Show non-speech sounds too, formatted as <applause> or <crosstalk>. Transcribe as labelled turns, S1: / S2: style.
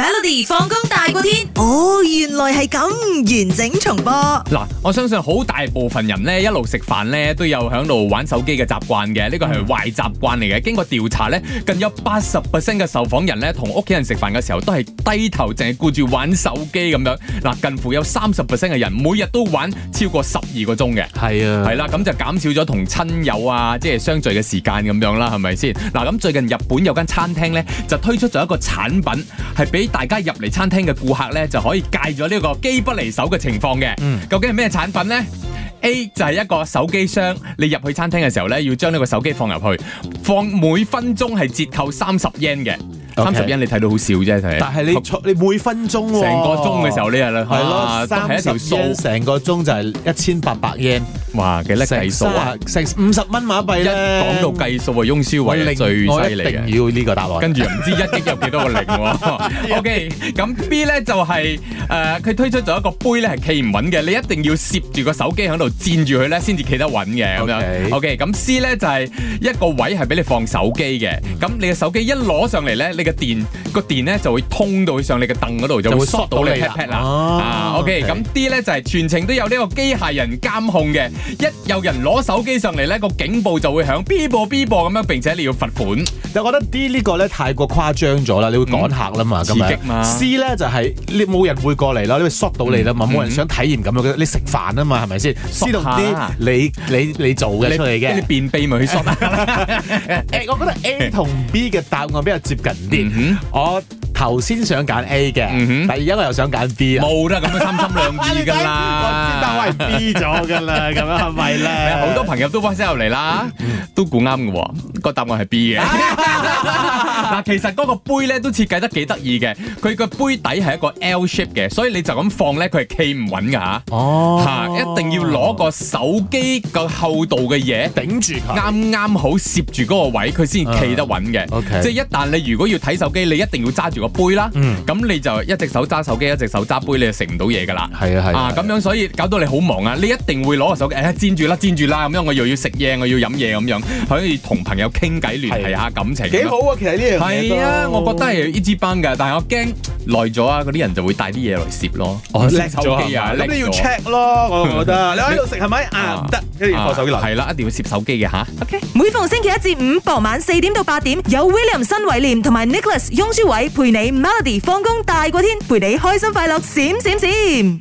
S1: Melody 放工大過天，
S2: 哦，原來係咁，完整重播。
S3: 嗱，我相信好大部分人咧，一路食飯咧都有響度玩手機嘅習慣嘅，呢個係壞習慣嚟嘅。經過調查咧，近有八十 percent 嘅受訪人咧，同屋企人食飯嘅時候都係低頭淨係顧住玩手機咁樣。嗱，近乎有三十 percent 嘅人每日都玩超過十二個鐘嘅。
S4: 係啊，
S3: 係啦，咁就減少咗同親友啊，即係相聚嘅時間咁樣啦，係咪先？嗱，咁最近日本有間餐廳呢，就推出咗一個產品，係俾大家入嚟餐廳嘅顧客呢，就可以戒咗呢個機不離手嘅情況嘅。
S4: 嗯
S3: 究竟係咩產品呢？A 就係一個手機箱，你入去餐廳嘅時候呢，要將呢個手機放入去，放每分鐘係折扣三十 yen 嘅，三
S4: OK
S3: 十 yen 你睇到好少啫，睇。
S4: 但係你坐你每分鐘
S3: 成
S4: 喎
S3: 個鐘嘅時候，你係啦，
S4: 係
S3: 啊
S4: 咯，
S3: 都係
S4: 三
S3: 一
S4: 十
S3: 條數，
S4: yen 成個鐘就係一千八百 yen，
S3: 哇，幾叻計數啊！
S4: 成五十蚊馬幣
S3: 一
S4: 咧。
S3: 講到計數啊，翁舒
S4: 我
S3: 偉係
S4: 另
S3: 最
S4: 我
S3: 犀
S4: 一
S3: 利啊嘅。
S4: 定要呢個答案。
S3: 跟住又唔知一億有幾多個零
S4: <laughs>
S3: 喎。OK，咁 B 咧就係誒佢推出咗一個杯咧係企唔穩嘅，你一定要攝住個手機喺度墊住佢咧先至企得穩嘅咁
S4: OK
S3: 樣。OK，咁 C 咧就係一個位係俾你放手機嘅，咁你嘅手機一攞上嚟咧，你嘅電個電咧就會通到上你嘅凳嗰度，就
S4: 就
S3: 會
S4: 會
S3: 縮到
S4: 縮到
S3: 你
S4: 你
S3: pat
S4: 啦
S3: pat 啦。
S4: 哦
S3: 啊，OK，
S4: OK
S3: 咁 D 咧就係全程都有呢個機械人監控嘅，一有人攞手機上嚟咧，個警報就會響 B 播 B 播咁樣，並且你要罰款。
S4: 但我覺得 D 呢個咧太過誇張咗啦，你會趕客啦嘛，咁
S3: Ừ. 刺激嘛
S4: 樣。C 咧就係你冇人會過嚟啦，你會縮到你啦嘛，
S3: 嗯
S4: 冇人想體驗咁樣嘅，你食飯啊嘛，係咪先？C 同
S3: 縮
S4: D
S3: 下
S4: 你你你做嘅出嚟
S3: 你
S4: 嘅。
S3: 便秘咪 <laughs>
S4: <laughs>
S3: 去 shot
S4: 誒，
S3: <laughs>
S4: 我覺得 A 同 B 嘅答案比較接近
S3: 嗯
S4: 啲。我頭先想揀 A
S3: 嗯哼
S4: 嘅，但而家我又想揀 B 啊。
S3: 冇啦，咁樣三心兩意噶啦。
S4: <laughs> 我知道我係 B 咗㗎啦，咁樣係咪
S3: 係
S4: 咧
S3: 啊？好多朋友都 WhatsApp 入嚟啦，都估啱嘅喎，個答案係
S4: <laughs>
S3: B 嘅。 <laughs> 嗱，其實嗰個杯咧都設計得幾得意嘅，佢個杯底係一個 L shape 嘅，所以你就咁放咧，佢係企唔穩㗎嚇。
S4: 哦
S3: 嚇，一定要攞個手機個厚度嘅嘢。
S4: 頂住佢。
S3: 啱啱好攝住嗰個位，佢先企得穩嘅。
S4: 嗯，OK
S3: 即係一旦你如果要睇手機，你一定要揸住個杯啦。
S4: 嗯
S3: 咁、你就一隻手揸手機，一隻手揸杯，你就食唔到嘢㗎啦。
S4: 係啊係
S3: 啊，咁樣所以搞到你好忙啊！你一定會攞個手機，誒煎住啦，煎住啦，咁樣我又要食嘢，我要飲嘢咁樣，可以同朋友傾偈聯繫下感情。
S4: 幾好啊，其實呢樣嘢都
S3: 係啊，我覺得係呢支班㗎，但係我驚耐咗啊，嗰啲人就會帶啲嘢嚟攝咯。
S4: 哦
S3: 攝
S4: 叻
S3: 手
S4: 咗
S3: 機啊，
S4: 係嘛咁你要
S3: 叻咗
S4: check 咯，我覺得你喺度食係咪啊？唔得，跟住放手機
S3: 啊
S4: 落。
S3: 係啦，一定要攝手機嘅吓。
S2: OK，每逢星期一至五傍晚四點到八點，有 William 新偉廉同埋 Nicholas 雍舒偉陪你 Melody 放工大過天，陪你開心快樂閃閃閃。